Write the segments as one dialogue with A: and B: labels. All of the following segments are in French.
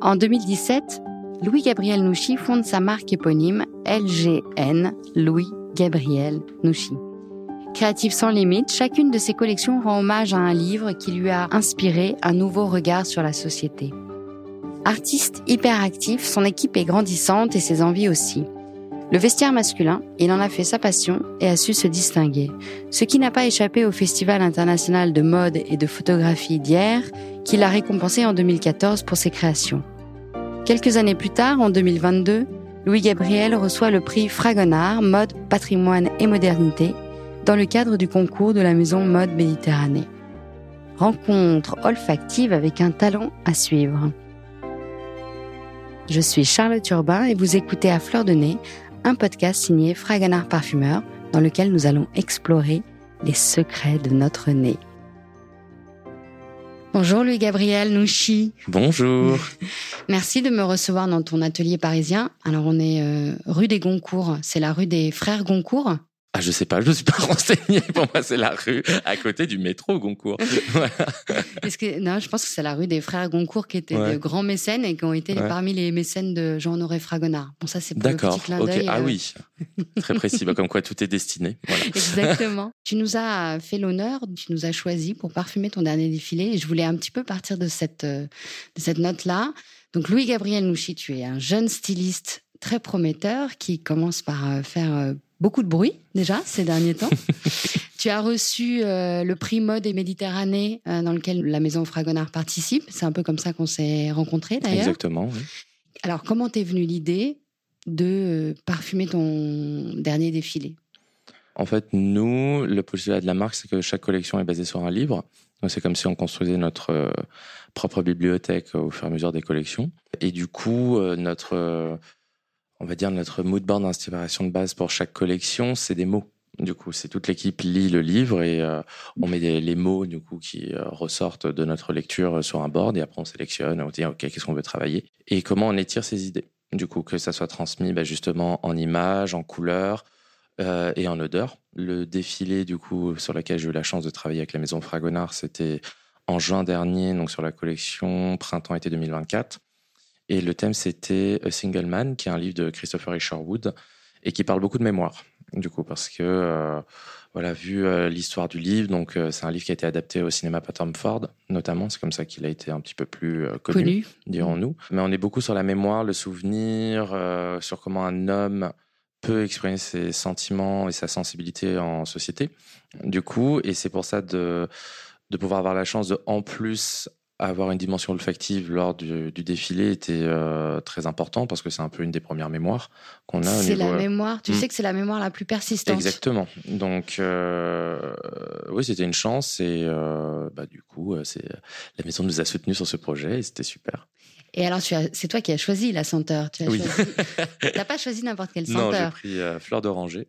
A: En 2017, Louis-Gabriel Nouchi fonde sa marque éponyme LGN Louis-Gabriel Nouchi. Créative sans limite, chacune de ses collections rend hommage à un livre qui lui a inspiré un nouveau regard sur la société. Artiste hyperactif, son équipe est grandissante et ses envies aussi. Le vestiaire masculin, il en a fait sa passion et a su se distinguer. Ce qui n'a pas échappé au Festival international de mode et de photographie d'hier, qui l'a récompensé en 2014 pour ses créations. Quelques années plus tard, en 2022, Louis Gabriel reçoit le prix Fragonard Mode, Patrimoine et Modernité dans le cadre du concours de la Maison Mode Méditerranée. Rencontre olfactive avec un talent à suivre. Je suis Charlotte Urbain et vous écoutez À Fleur de Nez, un podcast signé Fragonard Parfumeur dans lequel nous allons explorer les secrets de notre nez. Bonjour Louis-Gabriel Nouchi.
B: Bonjour.
A: Merci de me recevoir dans ton atelier parisien. Alors on est euh, rue des Goncourt, c'est la rue des frères Goncourt.
B: Ah, je sais pas, je suis pas renseigné. Pour moi, c'est la rue à côté du métro Goncourt. Voilà.
A: Est-ce que, non, je pense que c'est la rue des frères Goncourt qui étaient
B: Ouais.
A: de grands mécènes et qui ont été
B: Ouais.
A: parmi les mécènes de Jean-Honoré Fragonard. Bon, ça, c'est pour le
B: D'accord.
A: petit clin
B: Ok.
A: d'œil.
B: Ah
A: euh,
B: oui. Très précis. Bah, comme quoi, tout est destiné. Voilà.
A: Exactement. tu nous as fait l'honneur, tu nous as choisi pour parfumer ton dernier défilé. Et je voulais un petit peu partir de cette, euh, de cette note-là. Donc, Louis-Gabriel Nouchi, tu es un jeune styliste très prometteur qui commence par euh, faire euh, beaucoup de bruit déjà ces derniers temps. tu as reçu euh, le prix Mode et Méditerranée euh, dans lequel la maison Fragonard participe. C'est un peu comme ça qu'on s'est rencontrés d'ailleurs.
B: Exactement. oui.
A: Alors, comment t'es venue l'idée de euh, parfumer ton dernier défilé
B: En fait, nous, le postulat de la marque, c'est que chaque collection est basée sur un livre. Donc, c'est comme si on construisait notre euh, propre bibliothèque euh, au fur et à mesure des collections. Et du coup, euh, notre, euh, on va dire notre mood board d'inspiration de base pour chaque collection, c'est des mots. Du coup, c'est toute l'équipe lit le livre et euh, on met des- les mots du coup qui euh, ressortent de notre lecture euh, sur un board et après on sélectionne, on dit ok qu'est-ce qu'on veut travailler et comment on étire ces idées. Du coup, que ça soit transmis bah, justement en images, en couleurs, euh, et en odeur. Le défilé, du coup, sur lequel j'ai eu la chance de travailler avec la maison Fragonard, c'était en juin dernier, donc sur la collection Printemps-été 2024. Et le thème, c'était A Single Man, qui est un livre de Christopher E. Sherwood et qui parle beaucoup de mémoire, du coup, parce que, euh, voilà, vu euh, l'histoire du livre, donc euh, c'est un livre qui a été adapté au cinéma par Tom Ford, notamment, c'est comme ça qu'il a été un petit peu plus euh, connu
A: Connu
B: dirons-nous. Mais on est beaucoup sur la mémoire, le souvenir, euh, sur comment un homme peut exprimer ses sentiments et sa sensibilité en société. Du coup, et c'est pour ça de, de pouvoir avoir la chance de, en plus, avoir une dimension olfactive lors du, du défilé était euh, très important parce que c'est un peu une des premières mémoires qu'on a. au
A: C'est la
B: niveau-
A: mémoire. Tu
B: Mm.
A: sais que c'est la mémoire la plus persistante.
B: Exactement. Donc, euh, oui, c'était une chance et euh, bah, du coup, euh, c'est la maison nous a soutenus sur ce projet et c'était super.
A: Et alors, tu as- c'est toi qui as choisi la senteur. Tu n'as
B: Oui.
A: pas choisi n'importe quelle
B: Non, j'ai
A: senteur.
B: pris euh, Fleur d'Oranger.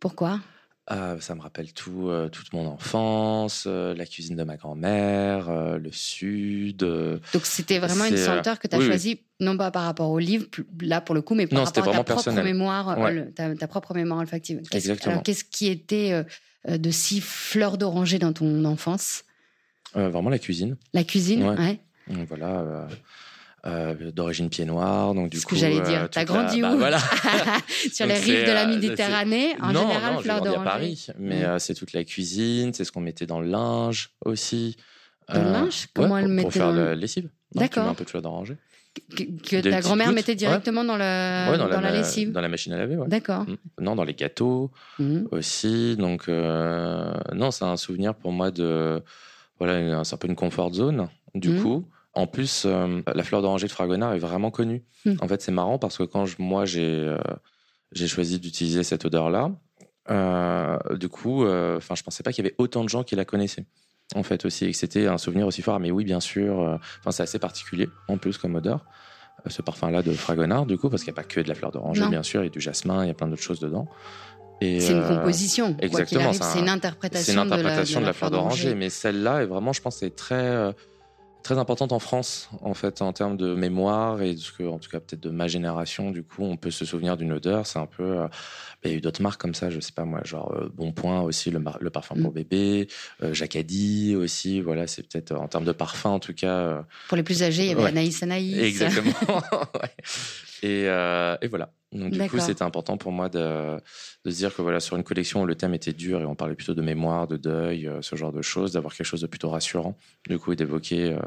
A: Pourquoi
B: Ah, ça me rappelle tout, euh, toute mon enfance, euh, la cuisine de ma grand-mère, euh, le sud. euh.
A: Donc, c'était vraiment une
B: C'est, euh,
A: senteur que tu as
B: oui, oui.
A: choisie, non pas par rapport au livre, plus- là pour le coup, mais par
B: Non, c'était
A: rapport à ta
B: vraiment
A: propre,
B: personnel.
A: mémoire,
B: Ouais.
A: euh, le- ta, ta propre mémoire olfactive. Qu'est-ce-
B: Exactement.
A: Alors, qu'est-ce qui était euh, euh, de si fleur d'oranger dans ton enfance
B: Euh, vraiment la cuisine.
A: La cuisine,
B: Ouais.
A: ouais.
B: Donc, Voilà, euh, euh, d'origine pied noir. Donc, du
A: Ce que
B: coup,
A: j'allais
B: euh,
A: dire. T'as
B: toute
A: grandi
B: la- bah,
A: où
B: voilà.
A: Sur
B: Donc,
A: les rives
B: c'est,
A: de la
B: euh, c'est-
A: Méditerranée, en
B: non,
A: général,
B: non, j'ai
A: fleur
B: grandi à
A: d'oranger.
B: Paris. Mais
A: Mm.
B: euh, c'est toute la cuisine, c'est ce qu'on mettait dans le linge aussi.
A: Dans le linge Comment
B: Euh, ouais,
A: elle
B: pour-
A: mettait
B: Pour faire
A: dans le-
B: la lessive. Non, tu mets
A: D'accord.
B: un peu de fleur d'oranger.
A: Que, que
B: Des
A: ta
B: petites
A: grand-mère
B: gouttes,
A: mettait
B: ouais.
A: directement dans, le,
B: Ouais,
A: Euh, dans, la,
B: ma-
A: lessive.
B: Dans euh, la machine à laver, ouais.
A: D'accord.
B: Mm. Non, dans les gâteaux.
A: Mhm.
B: aussi. Donc, euh, non, c'est un souvenir pour moi de. Voilà, une- c'est un peu une comfort zone, du
A: Mhm.
B: coup. En plus, euh, la fleur d'oranger de Fragonard est vraiment connue.
A: Mhm.
B: En fait, c'est marrant parce que quand je- moi, j'ai euh, j'ai choisi d'utiliser cette odeur-là, euh, du coup, euh, 'fin, je pensais pas qu'il y avait autant de gens qui la connaissaient. En fait, aussi, et que c'était un souvenir aussi fort. Ah, Mais oui, bien sûr. euh, Enfin, c'est assez particulier, en plus, comme odeur. euh, Ce parfum-là de Fragonard, du coup, parce qu'il n'y a pas que de la fleur d'oranger,
A: Non.
B: bien sûr, il y a du jasmin, il y a plein d'autres choses dedans. Et,
A: C'est une
B: euh,
A: composition. quoi
B: exactement,
A: qu'il arrive,
B: c'est un-
A: C'est une
B: c'est
A: interprétation,
B: une interprétation de la, fleur d'oranger,
A: d'oranger.
B: mais celle-là est vraiment, je pense, c'est très euh, très importante en France, en fait, en termes de mémoire et de ce que, en tout cas, peut-être de ma génération, du coup, on peut se souvenir d'une odeur. C'est un peu. euh, Il y a eu d'autres marques comme ça, je sais pas moi, genre euh, Bonpoint aussi, le, mar- le parfum pour
A: Mm.
B: bébé, euh, Jacadi aussi, voilà, c'est peut-être euh, en termes de parfum, en tout cas. euh,
A: Pour les plus âgés, il y avait
B: Ouais.
A: Anaïs Anaïs.
B: Exactement. Ouais. et, euh, et voilà. Donc, du coup,
A: D'accord.
B: c'était important pour moi de, de se dire que voilà, sur une collection où le thème était dur et on parlait plutôt de mémoire, de deuil, euh, ce genre de choses, d'avoir quelque chose de plutôt rassurant, du coup, et d'évoquer euh,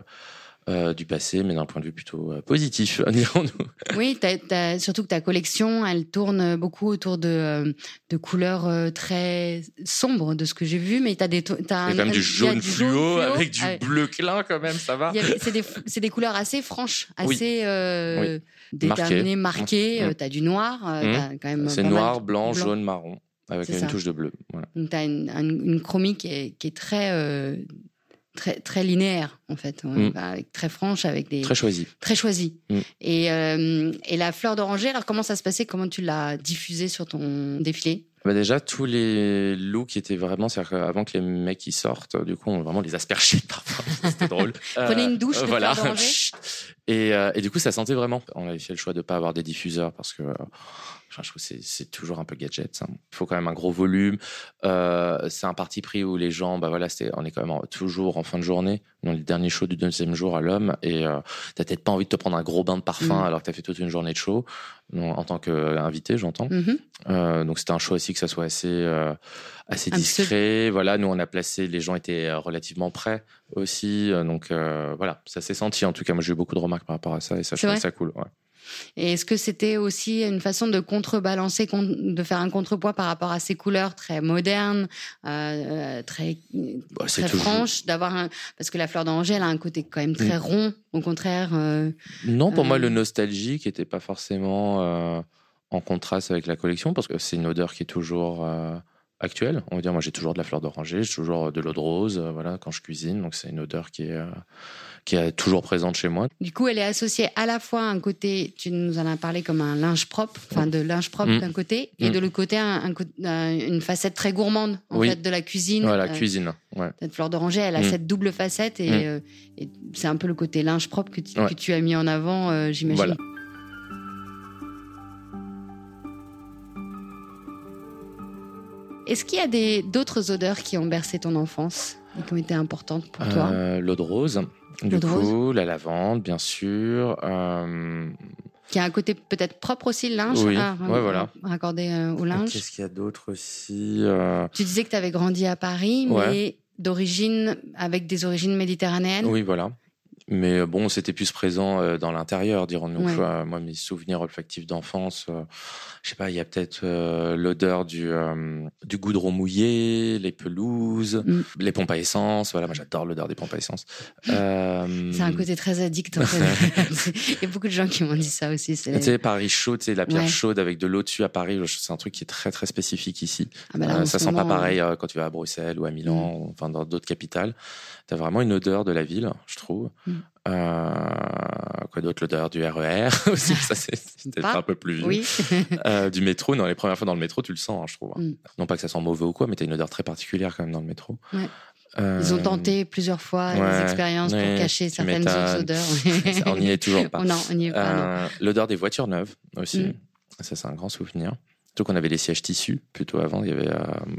B: euh, du passé, mais d'un point de vue plutôt euh, positif, dirons-nous.
A: Oui, t'as- t'as- surtout que ta collection, elle tourne beaucoup autour de, euh, de couleurs euh, très sombres, de ce que j'ai vu, mais tu as des... to- t'as
B: Il y a
A: un-
B: quand même
A: Ah, il y
B: du
A: a
B: jaune
A: jaune Ah
B: fluo avec du
A: Ouais.
B: bleu clin quand même, ça va.
A: Il y a- C'est des, c'est des couleurs assez franches,
B: Oui.
A: assez euh, déterminées, marquées.
B: Mmh.
A: Euh, T'as du noir, euh,
B: Mmh.
A: t'as quand même.
B: C'est
A: pas mal
B: noir,
A: de-
B: blanc, jaune, marron, avec
A: C'est
B: une
A: ça.
B: touche de bleu. Voilà.
A: Donc t'as une, un- une chromie qui est, qui est très, euh, très, très linéaire, en fait,
B: Mmh.
A: avec, très franche, avec des.
B: Très choisi.
A: très choisi.
B: Mm.
A: Et, euh, et la fleur d'oranger, alors comment ça se passait Comment tu l'as diffusée sur ton défilé
B: Bah déjà, tous les looks étaient vraiment, c'est-à-dire qu'avant que les mecs y sortent, euh, du coup, on vraiment les aspergeait de parfum. C'était drôle. Euh,
A: Prenez une douche de
B: voilà.
A: fleurs d'oranger.
B: et, euh, et du coup, ça sentait vraiment. On avait fait le choix de pas avoir des diffuseurs parce que euh, je trouve que c'est- c'est toujours un peu gadget. ça. Il faut quand même un gros volume. Euh, c'est un parti pris où les gens, bah voilà, c'était- on est quand même en- toujours en fin de journée, dans le dernier show du deuxième jour à l'homme, et euh, t'as peut-être pas envie de te prendre un gros bain de parfum
A: Mm.
B: alors que t'as fait toute une journée de show. Donc, en tant qu'invité, j'entends.
A: Mhm.
B: Euh, donc c'était un choix aussi que ça soit assez euh, assez
A: Absolu-
B: discret. Voilà, nous on a placé, les gens étaient euh, relativement prêts aussi. Euh, donc euh, voilà, ça s'est senti. En tout cas, moi j'ai eu beaucoup de remarques par rapport à ça et ça je
A: C'est
B: trouvais
A: vrai
B: ça cool. ouais.
A: Et est-ce que c'était aussi une façon de contrebalancer, con- de faire un contrepoids par rapport à ces couleurs très modernes, euh, euh, très,
B: Bah, c'est
A: très
B: toujours-
A: franches, d'avoir un... parce que la fleur d'oranger, elle a un côté quand même très
B: Mm.
A: rond, au contraire. euh,
B: Non, pour
A: Euh,
B: moi le nostalgique était pas forcément euh, en contraste avec la collection parce que c'est une odeur qui est toujours euh, actuelle. On va dire, moi j'ai toujours de la fleur d'oranger, j'ai toujours de l'eau de rose. euh, voilà, quand je cuisine, donc c'est une odeur qui est euh, qui est toujours présente chez moi.
A: Du coup, elle est associée à la fois à un côté, tu nous en as parlé comme un linge propre, enfin de linge propre
B: Mm.
A: d'un côté, et
B: Mm.
A: de l'autre côté un- un co- un- une facette très gourmande en
B: Oui.
A: fait de la cuisine.
B: Voilà,
A: Euh,
B: cuisine. Ouais.
A: cette fleur d'oranger, elle a
B: Mm.
A: cette double facette et,
B: Mm.
A: euh, et c'est un peu le côté linge propre que tu,
B: Ouais.
A: que tu as mis en avant, euh, j'imagine.
B: Voilà.
A: Est-ce qu'il y a des- d'autres odeurs qui ont bercé ton enfance et qui ont été importantes pour toi
B: Euh, L'eau de rose, du
A: L'eau de
B: coup, la lavande, bien sûr. euh,
A: Qui a un côté peut-être propre aussi, le linge
B: oui,
A: ah,
B: ouais, voilà.
A: raccordé euh, au linge.
B: Qu'est-ce qu'il y a d'autre aussi euh,
A: Tu disais que tu avais grandi à Paris, mais
B: Ouais.
A: d'origine, avec des origines méditerranéennes.
B: Oui, voilà. Mais euh, bon, c'était plus présent euh, dans l'intérieur, dirons-nous.
A: Ouais.
B: Euh, moi, mes souvenirs olfactifs d'enfance, euh, je sais pas, il y a peut-être euh, l'odeur du, euh, du goudron mouillé, les pelouses,
A: Mm.
B: les pompes à essence. Voilà, moi, j'adore l'odeur des pompes à essence. Euh,
A: C'est un côté très addict. en fait. Il y a beaucoup de gens qui m'ont dit ça aussi.
B: Tu
A: C'est...
B: sais, Paris chaud, tu sais, la pierre
A: Ouais.
B: chaude avec de l'eau dessus à Paris, je- c'est un truc qui est très, très spécifique ici.
A: Ah bah là,
B: Euh,
A: en
B: ça
A: ce
B: sent pas
A: moment, Mm.
B: pareil euh, quand tu vas à Bruxelles ou à Milan, ou, enfin dans d'autres capitales. T'as vraiment une odeur de la ville, je trouve.
A: Mm.
B: Euh, quoi d'autre L'odeur du RER aussi, ça c'est c'est peut-être
A: Pas.
B: un peu plus
A: euh,
B: vieux.
A: Oui.
B: Euh, du métro, non, les premières fois dans le métro, tu le sens, hein, je trouve. hein.
A: Mm.
B: Non pas que ça sent mauvais ou quoi, mais t'as une odeur très particulière quand même dans le métro.
A: Ouais.
B: Euh,
A: Ils ont tenté plusieurs fois des
B: ouais,
A: expériences
B: ouais,
A: pour cacher
B: tu
A: certaines
B: m'étonnes.
A: autres odeurs. Oh
B: on n'y est toujours pas.
A: non, on n'y est pas. non.
B: Euh, L'odeur des voitures neuves aussi.
A: Mm.
B: Ça, c'est un grand souvenir. Surtout qu'on avait des sièges tissus plutôt avant. Il y avait, euh,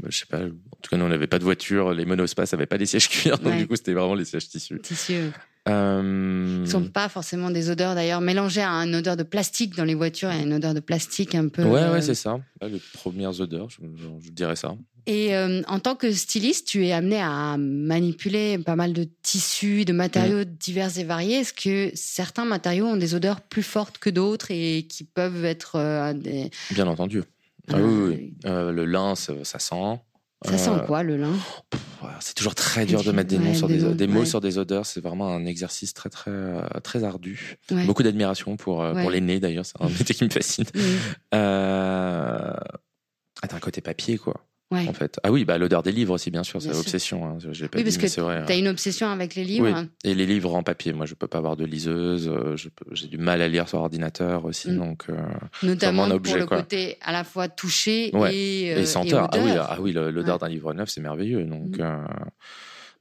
B: je sais pas, en tout cas, nous, on n'avait pas de voiture. Les monospaces n'avaient pas des sièges cuir. Donc,
A: Ouais.
B: du coup, c'était vraiment les sièges tissus.
A: Tissus
B: Euh,
A: qui sont pas forcément des odeurs d'ailleurs mélangées à une odeur de plastique dans les voitures, il y a une odeur de plastique un peu.
B: Ouais,
A: euh,
B: ouais, c'est ça. Là, Les premières odeurs, je, je- je dirais ça.
A: Et euh, en tant que styliste, tu es amené à manipuler pas mal de tissus, de matériaux divers et variés. Est-ce que certains matériaux ont des odeurs plus fortes que d'autres et qui peuvent être euh, des...
B: Bien entendu. Ah oui, oui, oui. Euh, le lin, ça, ça sent. Euh,
A: Ça sent quoi le lin
B: Ouais, C'est toujours très dur de mettre des, noms
A: Ouais,
B: sur
A: des
B: des,
A: noms,
B: des mots
A: ouais.
B: sur des odeurs. C'est vraiment un exercice très, très, euh, très ardu.
A: Ouais.
B: Beaucoup d'admiration pour, euh, pour
A: Ouais.
B: l'aîné, d'ailleurs. C'est un métier qui me fascine.
A: Mm.
B: Euh... Ah, t'as un côté papier, quoi,
A: Ouais.
B: en fait. Ah oui, bah, l'odeur des livres aussi, bien sûr, c'est
A: Bien sûr.
B: obsession. Hein. Je- je l'ai pas
A: Oui,
B: dit,
A: parce
B: mais
A: que
B: c'est vrai.
A: T'as une obsession avec les livres. hein,
B: Oui. Et les livres en papier, moi, je peux pas avoir de liseuse, euh, je peux- j'ai du mal à lire sur ordinateur aussi,
A: Mm.
B: donc. euh,
A: Notamment
B: Vraiment un
A: pour
B: objet,
A: le
B: quoi.
A: côté à la fois touché
B: Ouais.
A: et, euh,
B: et senteur. ah oui,
A: odeur.
B: ah oui, le- l'odeur
A: Ouais.
B: d'un livre neuf, c'est merveilleux. Donc,
A: Mm.
B: euh,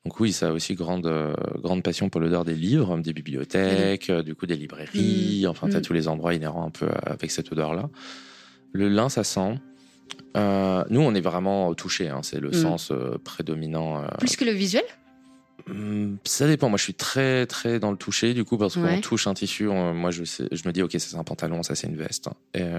B: Donc oui, ça a aussi grande euh, grande passion pour l'odeur des livres, des bibliothèques, euh, du coup des librairies, enfin t'as
A: Mm.
B: tous les endroits inhérents un peu à- avec cette odeur-là. Le lin, ça sent. Euh, nous, on est vraiment touché, hein, c'est le
A: Mm.
B: sens euh, prédominant. euh,
A: Plus que le visuel
B: Hum, Ça dépend. Moi, je suis très, très dans le toucher, du coup, parce qu'on
A: Ouais.
B: touche un tissu. on- moi, je, sais- je me dis, OK, ça, c'est un pantalon, ça, c'est une veste. Et, euh,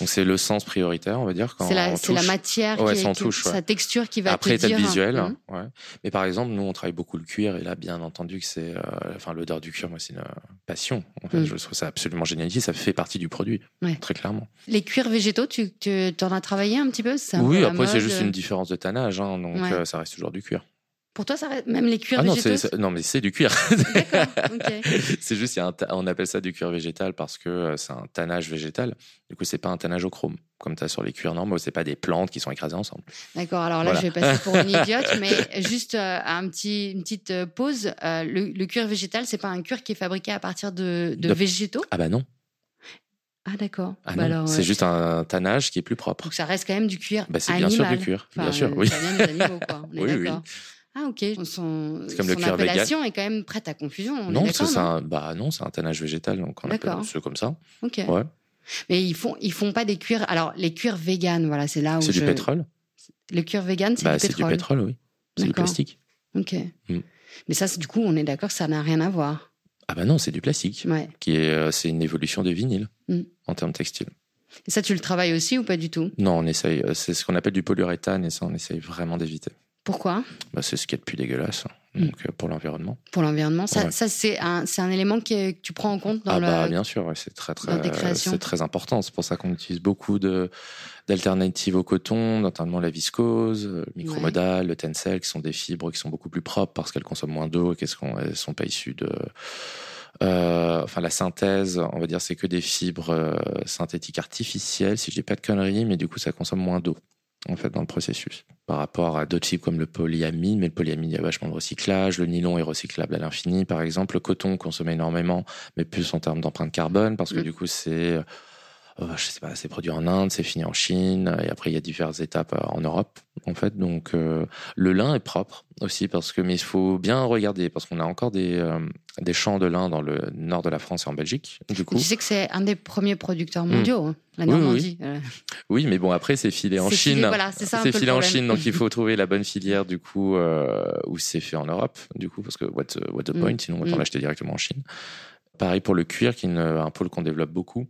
B: donc, c'est le sens prioritaire, on va dire. Quand
A: C'est la,
B: on
A: c'est la
B: touche.
A: matière,
B: Ouais,
A: qui,
B: ça, on
A: qui-
B: touche, ouais.
A: sa texture qui va
B: Après,
A: te
B: t'as
A: dire.
B: le visuel.
A: hein.
B: ouais. Mais par exemple, nous, on travaille beaucoup le cuir. Et là, bien entendu, que c'est. euh, Enfin, l'odeur du cuir, moi, c'est une euh, passion. En fait,
A: Mm.
B: je trouve ça absolument génial. Ça fait partie du produit,
A: Ouais.
B: très clairement.
A: Les cuirs végétaux, tu, tu en as travaillé un petit peu C'est un peu
B: Oui,
A: la
B: après, c'est
A: mode.
B: juste une différence de tannage. hein, donc,
A: Ouais.
B: euh, ça reste toujours du cuir.
A: Pour toi, ça reste... même les cuirs
B: Ah non,
A: végétaux
B: c'est- c'est- non, mais c'est du cuir.
A: D'accord, ok.
B: c'est juste, il y a un ta- on appelle ça du cuir végétal parce que euh, c'est un tannage végétal. Du coup, c'est pas un tannage au chrome, comme tu as sur les cuirs normaux. C'est pas des plantes qui sont écrasées ensemble.
A: D'accord, alors là,
B: Voilà.
A: je vais passer pour une idiote, mais juste euh, un petit, une petite euh, pause. Euh, le, le cuir végétal, c'est pas un cuir qui est fabriqué à partir de, de
B: De-
A: végétaux
B: Ah bah non,
A: Ah, d'accord.
B: ah
A: Bah
B: non.
A: alors,
B: c'est
A: euh,
B: juste un tannage qui est plus propre.
A: Donc ça reste quand même du cuir
B: Bah, c'est bien
A: animal.
B: sûr du cuir, bien
A: Enfin,
B: sûr,
A: euh,
B: oui.
A: Ça vient des animaux, quoi. On est
B: Oui, oui.
A: d'accord. Ah, ok. Son,
B: C'est comme le
A: son
B: cuir vegan.
A: appellation est quand même prête à confusion. on est
B: non, parce que
A: d'accord, hein.
B: c'est un, bah non, c'est un tannage végétal, donc on appelle
A: D'accord. Eh,
B: ceux comme ça.
A: Ok.
B: Ouais.
A: Mais ils font, ils font pas des cuirs. Alors, les cuirs véganes, voilà, c'est là où
B: C'est
A: ah, je.
B: du pétrole.
A: Le cuir vegan, c'est
B: Bah
A: du
B: c'est du
A: pétrole.
B: pétrole, oui. C'est du
A: D'accord.
B: plastique.
A: Ok.
B: Mm.
A: Mais ça, c'est- du coup, on est d'accord, que ça n'a rien à voir.
B: Ah bah non, c'est du plastique.
A: Ouais.
B: Qui est, euh, c'est une évolution des vinyles
A: Mm.
B: en termes textiles.
A: Et ça, tu le travailles aussi ou pas du tout
B: Non, on essaye. euh, C'est ce qu'on appelle du polyuréthane et ça, on essaye vraiment d'éviter.
A: Pourquoi
B: Bah, c'est ce qu'il y a de plus dégueulasse
A: Mm.
B: donc, euh, pour l'environnement.
A: Pour l'environnement, ça,
B: Ouais.
A: ça, c'est un, c'est un élément qui est- que, tu prends en compte dans
B: ah
A: le.
B: bah bien sûr, ouais, c'est très très
A: dans tes
B: euh,
A: créations.
B: c'est très important. C'est pour ça qu'on utilise beaucoup de d'alternatives au coton, notamment la viscose, euh, le micromodal, le tencel, qui sont des fibres qui sont beaucoup plus propres parce qu'elles consomment moins d'eau et qu'est-ce qu'on elles sont pas issues de euh, enfin la synthèse, on va dire c'est que des fibres euh, synthétiques artificielles, si je dis pas de conneries, mais du coup ça consomme moins d'eau en fait dans le processus par rapport à d'autres fibres comme le polyamide, mais le polyamide il y a vachement de recyclage, le nylon est recyclable à l'infini par exemple, le coton consomme énormément mais plus en termes d'empreinte carbone, parce que
A: Mm.
B: du coup, c'est, euh, je sais pas, c'est produit en Inde, c'est fini en Chine, et après, il y a diverses étapes euh, en Europe, en fait. Donc, euh, le lin est propre aussi, parce que, mais il faut bien regarder, parce qu'on a encore des, euh, des champs de lin dans le nord de la France et en Belgique, du coup.
A: Tu sais que c'est un des premiers producteurs
B: Mm.
A: mondiaux, hein, la
B: Oui, oui,
A: Normandie. Voilà.
B: Oui, mais bon, après, c'est filé en
A: C'est
B: Chine.
A: filé, voilà, c'est ça un
B: C'est
A: peu le
B: filé en
A: problème.
B: Chine, donc il faut trouver la bonne filière du coup euh, où c'est fait en Europe, du coup parce que what the, what the
A: Mm.
B: point, sinon on va
A: Mm.
B: l'acheter directement en Chine. Pareil pour le cuir, qui est une- un pôle qu'on développe beaucoup,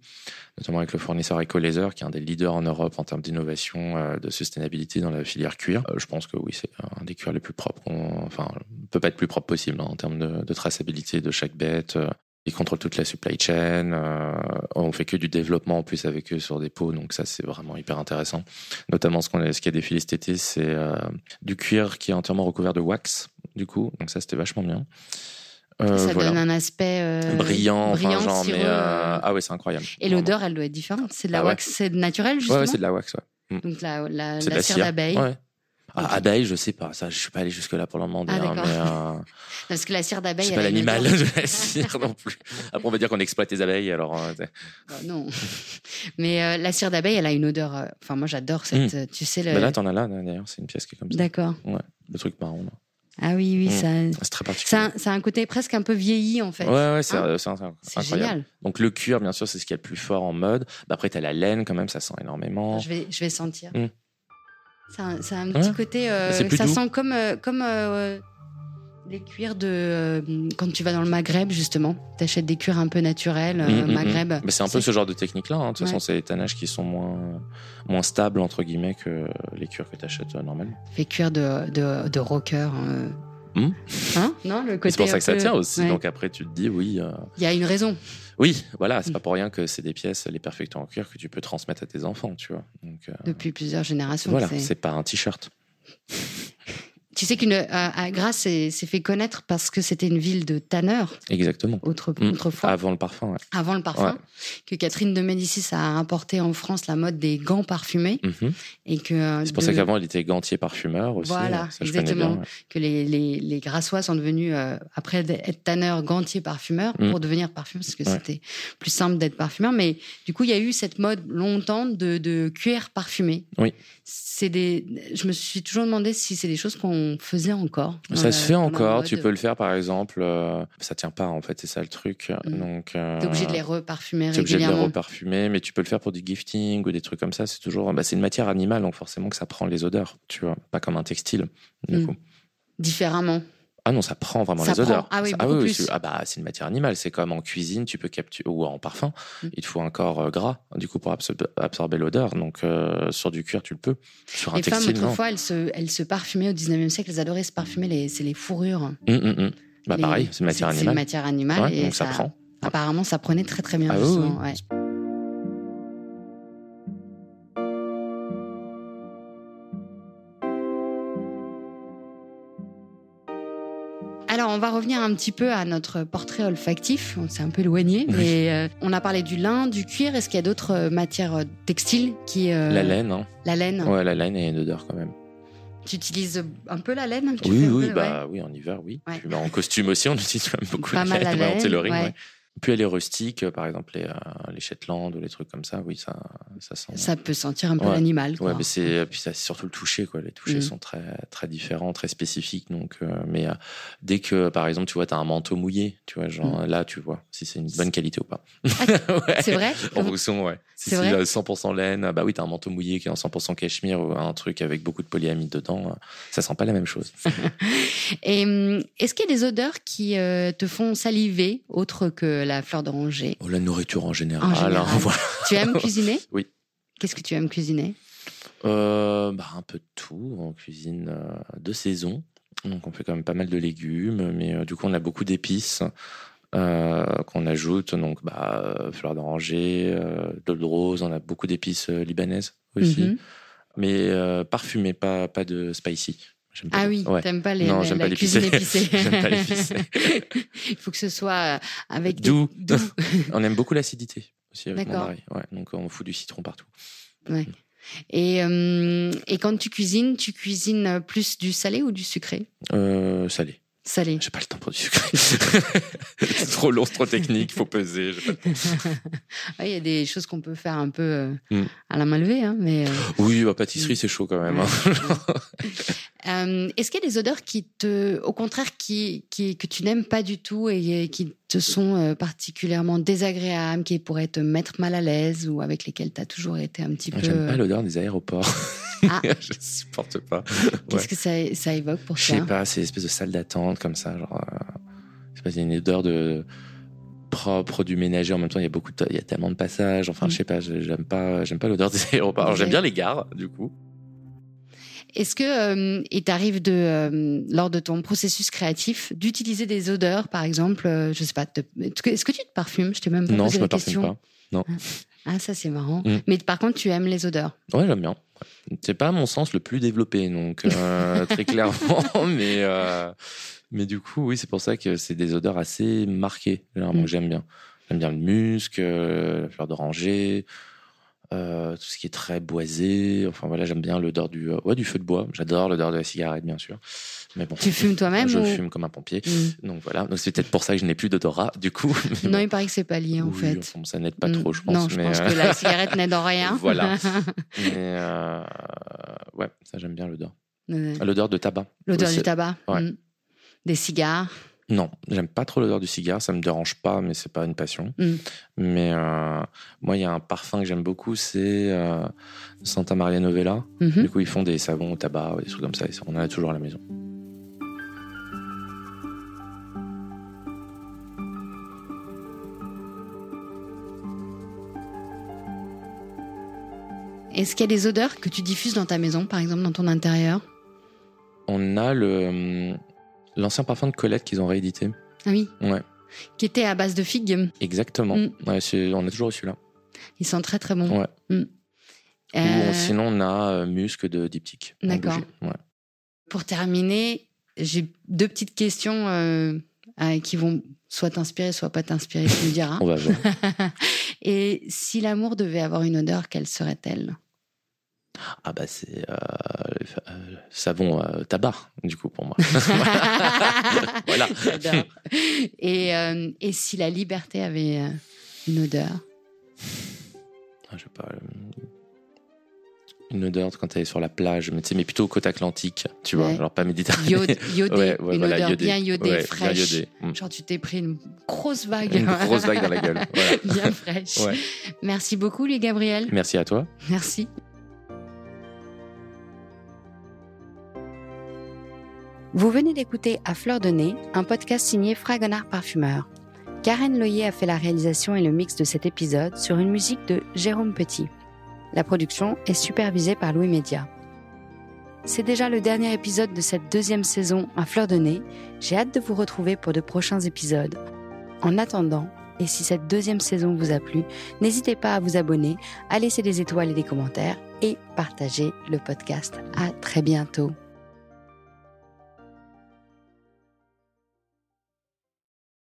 B: notamment avec le fournisseur Ecolaser, qui est un des leaders en Europe en termes d'innovation, euh, de sustainabilité dans la filière cuir. Euh, je pense que oui, c'est un des cuirs les plus propres. qu'on- Enfin, on peut pas être plus propre possible hein, en termes de, de traçabilité de chaque bête. euh, ils contrôlent toute la supply chain. euh, on fait que du développement en plus avec eux sur des pots, donc ça c'est vraiment hyper intéressant. Notamment ce qu'on a, ce qui a défilé cet été, c'est euh, du cuir qui est entièrement recouvert de wax, du coup. Donc ça c'était vachement bien. Euh,
A: ça
B: voilà.
A: donne un aspect euh,
B: brillant, enfin,
A: brillant,
B: genre, mais
A: cireux.
B: euh, ah ouais c'est incroyable.
A: Et
B: Vraiment.
A: l'odeur, elle doit être différente. C'est de la
B: Ah ouais.
A: wax, c'est naturel
B: Ouais,
A: justement.
B: ouais, c'est de la wax. ouais.
A: Donc la, la,
B: C'est
A: la cire d'abeille.
B: Ouais. Ah,
A: Ok.
B: abeille, je sais pas. Ça, je suis pas allé jusque là pour le moment.
A: Ah,
B: bien,
A: d'accord.
B: mais, euh,
A: Parce que la cire
B: je
A: d'abeille.
B: suis
A: elle
B: pas
A: a une
B: l'animal
A: odeur-
B: de la cire non plus. Après on va dire qu'on exploite les abeilles alors. euh,
A: Bah, non. Mais euh, la cire d'abeille, elle a une odeur. euh, Enfin, moi, j'adore cette. euh, Tu sais le.
B: Bah là, t'en as là, d'ailleurs, c'est une pièce qui est comme ça.
A: D'accord.
B: Le truc marron, là.
A: Ah oui, oui,
B: Mm.
A: ça.
B: C'est très
A: C'est
B: particulier.
A: un, c'est un côté presque un peu vieilli en fait.
B: Ouais, ouais, c'est
A: Hein
B: euh, c'est incroyable.
A: c'est génial.
B: Donc, le cuir, bien sûr, c'est ce qu'il y a de plus fort en mode. Bah, après, t'as la laine, quand même, ça sent énormément.
A: Ah, Je vais, je vais sentir.
B: Mm.
A: C'est un, c'est un
B: Ouais.
A: petit côté. euh,
B: C'est plus
A: ça
B: doux.
A: sent comme, euh, comme euh, les cuirs de. euh, quand tu vas dans le Maghreb, justement. T'achètes des cuirs un peu naturels, euh,
B: Mm, mm, mm.
A: Maghreb.
B: Mais c'est un peu
A: C'est-
B: ce genre de technique-là. hein. De toute
A: Ouais.
B: façon, c'est des tannages qui sont moins, moins stables, entre guillemets, que les cuirs que t'achètes euh, normalement.
A: Fait cuire de, de, de rocker. euh.
B: Mm.
A: Hein Non, le
B: Et
A: côté.
B: C'est pour ça
A: un
B: que ça
A: peu-
B: tient aussi.
A: Ouais.
B: Donc, après, tu te dis, oui, euh,
A: Il y a une raison.
B: oui, voilà, c'est
A: Mm.
B: pas pour rien que c'est des pièces, les perfecteurs en cuir, que tu peux transmettre à tes enfants, tu vois. Donc, euh,
A: Depuis plusieurs générations.
B: voilà,
A: c'est-
B: c'est pas un t-shirt.
A: Tu sais qu'une euh, à Grasse s'est s'est fait connaître parce que c'était une ville de tanneurs
B: Exactement.
A: autre,
B: Mm.
A: autrefois,
B: Avant le parfum, ouais.
A: avant le parfum,
B: Ouais.
A: que Catherine de Médicis a apporté en France la mode des gants parfumés
B: Mhm.
A: et que euh,
B: C'est pour
A: de-
B: ça qu'avant, il était gantier parfumeur aussi.
A: Voilà,
B: Ça, je connais
A: exactement.
B: bien, ouais.
A: que les, les, les Grassois sont devenus euh, après être tanneurs, gantiers, parfumeurs
B: Mm.
A: pour devenir parfumeurs parce que
B: Ouais.
A: c'était plus simple d'être parfumeur. Mais du coup, il y a eu cette mode longtemps de, de cuir parfumé.
B: Oui.
A: C'est des. Je me suis toujours demandé si c'est des choses qu'on qu'on faisait encore. dans
B: Ça
A: la-
B: se fait
A: dans la
B: encore,
A: mode.
B: tu peux le faire par exemple. euh, ça tient pas en fait, c'est ça le truc.
A: Mm.
B: Donc, euh,
A: T'es obligé de les reparfumer
B: t'es obligé de les
A: régulièrement.
B: reparfumer, mais tu peux le faire pour du gifting ou des trucs comme ça. C'est toujours, bah, c'est une matière animale, donc forcément que ça prend les odeurs, tu vois, pas comme un textile. Du
A: Mm.
B: coup.
A: Différemment.
B: Ah non, ça prend vraiment
A: Ça
B: les odeurs.
A: prend. Ah oui,
B: Ça-
A: beaucoup plus.
B: c'est- ah bah c'est une matière animale. C'est comme en cuisine, tu peux capturer ou en parfum.
A: Mm.
B: Il te faut un corps euh, gras du coup pour absor- absorber l'odeur. Donc euh, sur du cuir, tu le peux. Sur un
A: Les femmes,
B: textile, non.
A: autrefois, elles se, elles se parfumaient au 19e siècle. Elles adoraient se parfumer. les- C'est les fourrures.
B: Mm, mm, mm. Bah
A: Les-
B: pareil, c'est une matière
A: C'est une
B: animale.
A: matière animale.
B: Ouais,
A: et
B: donc ça, prend.
A: Apparemment, ça prenait très très bien.
B: Ah oui,
A: justement,
B: oui.
A: ouais. Alors, on va revenir un petit peu à notre portrait olfactif. On s'est un peu éloigné,
B: Oui.
A: mais euh, on a parlé du lin, du cuir. Est-ce qu'il y a d'autres euh, matières euh, textiles qui euh,
B: La laine, hein.
A: La laine.
B: Ouais, la laine et une odeur quand même.
A: Tu utilises euh, un peu la laine tu
B: Oui,
A: fais un
B: oui,
A: peu, ouais.
B: bah oui, en hiver, oui.
A: Ouais.
B: Puis, bah, en costume aussi, on utilise quand même beaucoup
A: Pas
B: hein,
A: mal la
B: ouais, en
A: laine,
B: tailoring,
A: ouais.
B: ouais. Puis elle est rustique, euh, par exemple les, euh, les Shetland ou les trucs comme ça, oui, ça, ça sent.
A: Ça peut sentir un peu
B: Ouais.
A: l'animal. quoi.
B: Ouais, mais c'est puis ça, c'est surtout le toucher quoi. Les touchers
A: Mm.
B: sont très très différents, très spécifiques. Donc, euh, mais euh, dès que par exemple tu vois t'as un manteau mouillé, tu vois genre
A: Mm.
B: là tu vois si c'est une bonne qualité ou pas. Ouais.
A: C'est vrai
B: En fonction, ouais. Si
A: C'est
B: c'est
A: vrai
B: euh, 100% laine, ah bah oui t'as un manteau mouillé qui est en 100% cachemire ou un truc avec beaucoup de polyamide dedans, euh, ça sent pas la même chose.
A: Et hum, est-ce qu'il y a des odeurs qui euh, te font saliver, autre que la fleur d'oranger
B: Oh, la nourriture en général.
A: En général.
B: hein, voilà.
A: Tu aimes cuisiner
B: Oui.
A: Qu'est-ce que tu aimes cuisiner
B: Euh, bah, un peu de tout. On cuisine euh, de saison. Donc, on fait quand même pas mal de légumes. Mais euh, du coup, on a beaucoup d'épices euh, qu'on ajoute. Donc, bah, euh, fleur d'oranger, euh, de l'eau de rose. On a beaucoup d'épices euh, libanaises aussi.
A: Mhm.
B: Mais euh, parfumées, pas, pas de spicy. J'aime pas
A: Ah
B: les-
A: oui,
B: Ouais.
A: t'aimes pas les,
B: Non,
A: la-
B: j'aime
A: la
B: pas l'épicé.
A: cuisine épicée.
B: J'aime pas l'épicé.
A: Il faut que ce soit euh, avec des-
B: Doux. on aime beaucoup l'acidité aussi avec mon
A: D'accord.
B: mari. Ouais, donc, on fout du citron partout.
A: Et, hum, et quand tu cuisines, tu cuisines plus du salé ou du sucré
B: Euh, salé.
A: Salé.
B: J'ai pas le temps pour du sucré. c'est trop lourd, c'est trop technique, faut peser. j'ai pas le temps.
A: Ouais, Il y a des choses qu'on peut faire un peu euh,
B: Mm.
A: à la main levée, hein, mais. euh,
B: Oui, bah, pâtisserie, c'est chaud quand même. hein.
A: Euh, Est-ce qu'il y a des odeurs qui te, au contraire, qui, qui- que tu n'aimes pas du tout et, euh, qui te sont euh, particulièrement désagréables, qui pourraient te mettre mal à l'aise ou avec lesquelles tu as toujours été un petit peu.
B: Ah, J'aime pas l'odeur des aéroports.
A: Euh. Ah.
B: je supporte pas.
A: Qu'est-ce
B: ouais.
A: que ça, ça évoque pour
B: Je
A: toi
B: sais pas, c'est l'espèce de salle d'attente comme ça. Genre, euh, je sais pas, il y a une odeur de propre du ménager en même temps il y a beaucoup de, il y a tellement de passages enfin
A: Mm.
B: je sais pas je- j'aime pas j'aime pas l'odeur des aéroports Alors, j'aime bien les gares du coup
A: Est-ce que euh, il t'arrive de, euh, lors de ton processus créatif, d'utiliser des odeurs, par exemple, euh, je sais pas, te- est-ce que tu te parfumes Je t'ai même pas
B: non
A: posé
B: je me
A: la
B: parfume
A: question.
B: pas
A: Ah, ça c'est marrant.
B: Mm.
A: Mais par contre, tu aimes les odeurs.
B: Ouais, j'aime bien. C'est pas à mon sens le plus développé, donc euh, très clairement, mais euh, mais du coup, oui, c'est pour ça que c'est des odeurs assez marquées généralement
A: Mm.
B: que j'aime bien. J'aime bien le musc, euh, la fleur d'oranger, euh, tout ce qui est très boisé. Enfin voilà, j'aime bien l'odeur du euh, ouais du feu de bois. J'adore l'odeur de la cigarette, bien sûr. Mais bon,
A: Tu fumes toi-même
B: je
A: ou-
B: fume comme un pompier.
A: Mm.
B: Donc voilà, donc c'est peut-être pour ça que je n'ai plus d'odorat du coup. mais
A: Non,
B: bon.
A: il paraît que c'est pas lié en
B: Oui,
A: fait.
B: enfin, ça n'aide pas
A: Mm.
B: trop, je pense.
A: Non, je
B: mais,
A: pense
B: euh,
A: que la cigarette n'aide en rien.
B: Voilà. Mais euh, ouais, ça j'aime bien l'odeur. Ah,
A: Euh,
B: L'odeur de tabac.
A: L'odeur
B: Oui,
A: du
B: c'est-
A: tabac.
B: ouais.
A: mm. Des cigares.
B: Non, j'aime pas trop l'odeur du cigare, ça me dérange pas, mais c'est pas une passion.
A: Mm.
B: Mais euh, moi, il y a un parfum que j'aime beaucoup, c'est euh, Santa Maria Novella.
A: Mhm.
B: Du coup, ils font des savons au tabac, ou des trucs comme ça, et ça, on en a toujours à la maison.
A: Est-ce qu'il y a des odeurs que tu diffuses dans ta maison, par exemple dans ton intérieur
B: On a le hum, l'ancien parfum de Colette qu'ils ont réédité.
A: Ah oui.
B: Ouais.
A: Qui était à base de figues.
B: Exactement.
A: Mm.
B: Ouais, c'est- on a toujours reçu là.
A: Ils sentent très très bon.
B: Ouais.
A: Mm.
B: Ou
A: Euh,
B: on- sinon, on a euh, musc de diptyque. en
A: D'accord.
B: bougie. Ouais.
A: Pour terminer, j'ai deux petites questions euh, euh, qui vont soit t'inspirer, soit pas t'inspirer, tu me diras.
B: On va voir.
A: Et si l'amour devait avoir une odeur, quelle serait-elle
B: Ah bah c'est euh, euh, savon euh, tabac du coup pour moi. voilà.
A: J'adore. Et, euh, et si la liberté avait euh, une odeur
B: Ah, je sais pas. euh, une odeur de quand elle est sur la plage, mais, tu sais, mais plutôt côte atlantique, tu vois,
A: Ouais.
B: alors pas méditerranéenne.
A: Iode- iodée,
B: Ouais, ouais,
A: une
B: voilà,
A: odeur
B: iodée.
A: bien iodée,
B: Ouais, bien
A: fraîche.
B: iodée. Mm.
A: Genre, tu t'es pris une grosse vague.
B: Une grosse vague dans la gueule. Voilà.
A: bien fraîche.
B: Ouais.
A: Merci beaucoup, Louis Gabriel.
B: Merci à toi.
A: Merci. Vous venez d'écouter À Fleur de Nez, un podcast signé Fragonard Parfumeur. Karen Loyer a fait la réalisation et le mix de cet épisode sur une musique de Jérôme Petit. La production est supervisée par Louis Média. C'est déjà le dernier épisode de cette deuxième saison à Fleur de Nez. J'ai hâte de vous retrouver pour de prochains épisodes. En attendant, et si cette deuxième saison vous a plu, n'hésitez pas à vous abonner à laisser des étoiles et des commentaires et partager le podcast. À très bientôt.